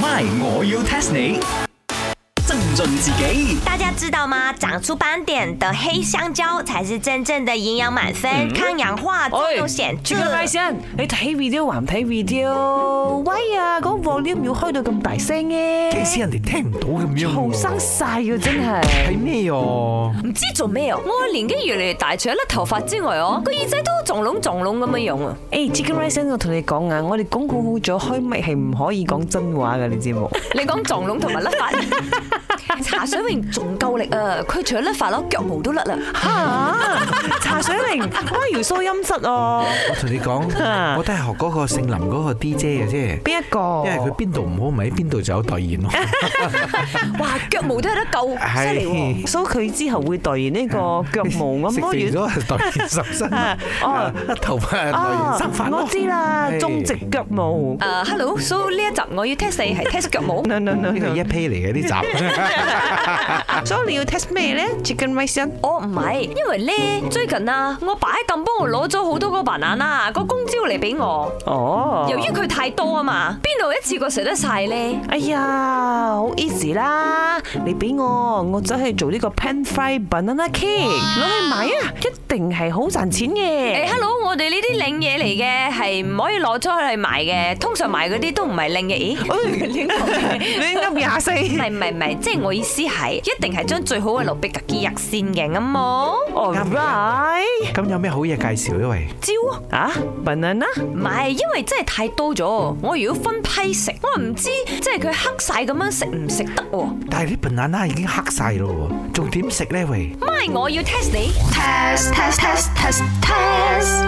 My，我要 test 你。增进自己，大家知道吗？长出斑点的黑香蕉才是真正的营养满分，抗氧化作用显著全。個大聲，你睇 video 還唔睇 video？喂啊，嗰個 volume 要開到咁大聲驚死嘅，人哋聽唔到咁樣喎。嘈生晒嘅真係。係咩哦？ 唔知做咩啊！我年紀越嚟越大，除咗甩頭髮之外，哦，個耳仔都撞聾撞聾咁樣樣啊！誒 Chicken Rice，我同你講啊，我哋講好好咗，開咪係唔可以講真話嘅，你知冇？你講撞聾同埋甩髮，茶水榮仲夠力啊！佢除咗甩髮咯，腳毛都甩啦。嚇！茶水明，我搖蘇音室哦，我同你講，我都係學嗰個姓林嗰個 DJ 嘅啫，邊一個？因為佢邊度唔好，咪喺邊度就有代言咯。哇，腳毛都有得救，犀利喎！所以佢之後會代言呢個腳毛按食摩肥丸。咗係代言十身，哦啊頭髮係 À, 代言生髮咯我知啦，係種植腳毛。誒，Hello，so 啊呢一集我要 test 你係 test 腳毛。 no no no 呢 個 no，一批嚟嘅呢集，所以你要 test 咩咧？Chicken rice 因我哦唔係，因為咧最近啊，我爸喺咁幫我攞咗好多個 banana 啊個公蕉嚟俾我。哦，由於佢太多啊嘛，邊度一次過食得晒咧？哎呀，好 easy 啦！你俾我，我走去做呢個 pan fry banana cake，攞去賣啊，一定係好賺錢誒嘅。 ，hello，我哋呢啲靚嘢嚟嘅，係唔可以攞出去賣嘅。通常賣嗰啲都唔係靚嘢。咦，亂講嘢 你啱廿四。唔係唔係唔係，即係我意思係，一定係將最好嘅蘿蔔特基入先嘅，啱冇？ All right，咁有咩好嘢介紹咧？喂，蕉啊啊，banana，唔係，因為真係太多咗，我如果分批食，我唔知即係佢黑晒咁樣食唔食得喎。唔但係啲 banana 已經黑晒咯喎，仲點食咧？喂？係，我要 test 你。 test test test test test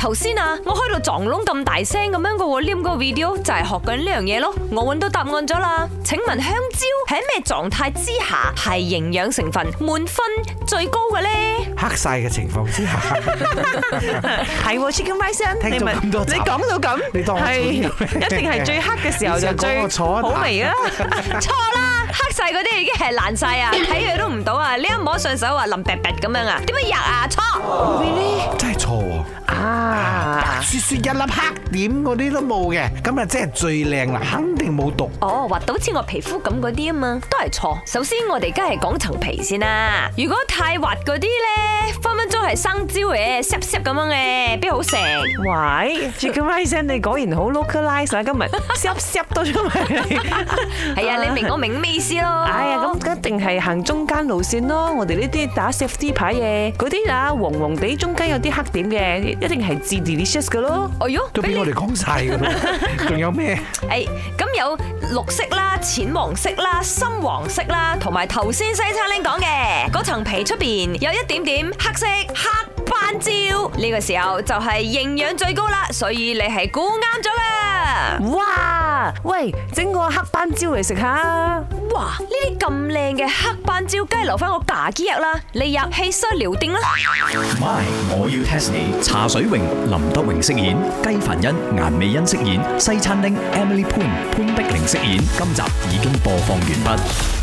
頭先啊，我開到撞窿咁大聲咁樣個喎，黏個 video 就係學緊呢樣嘢咯。我揾到答案咗啦。請問香蕉喺咩狀態之下係營養成分滿分最高嘅呢？ 黑晒嘅情況之下，係喎，chicken rice，聽你咗咪咁多集你講到咁，你當我係蠢嘅一定係最黑嘅時候你就想講最我錯啊好味啦。錯啦，黑晒嗰啲已經係爛晒啊，睇佢都唔到啊！你一摸上手啊，淋白白咁樣啊，點解入啊？錯， 真係錯喎，啊 À, 白，雪雪一粒黑點嗰啲都冇嘅，咁啊真係最靚啦，肯定冇毒。哦，滑到似我皮膚咁嗰啲啊嘛，都係錯。首先我哋梗係講層皮先啦，如果太滑嗰啲咧，分分鐘係生蕉嘅，濕濕咁樣嘅，邊好食？喂，chicken rice，你果然好 localize 啊，今日濕濕都出埋嚟。係啊，你明我明咩意思咯？哎呀，咁一定係行中間路線咯。我哋呢啲打 safety 牌嘢，嗰啲啊黃黃地中間有啲黑點嘅，一定係至 delicious 嘅咯。哎喲，都俾我哋講晒㗎啦，仲有咩？诶，咁有綠色啦、淺黃色啦、深黃色啦，同埋頭先西餐廳講嘅嗰層皮出边有一點點黑色黑斑蕉，呢、個時候就係營養最高啦，所以你係估啱咗噶。哇！喂，整個黑斑蕉嚟食下，哇！呢啲咁靚嘅黑斑蕉，梗係留翻我假肌日啦，你入汽水聊定啦。 My，我要 test 你。茶水榮、林德榮飾演，雞凡欣、顏美欣飾演，西餐廳 Emily Poon 潘碧玲飾演。今集已經播放完畢。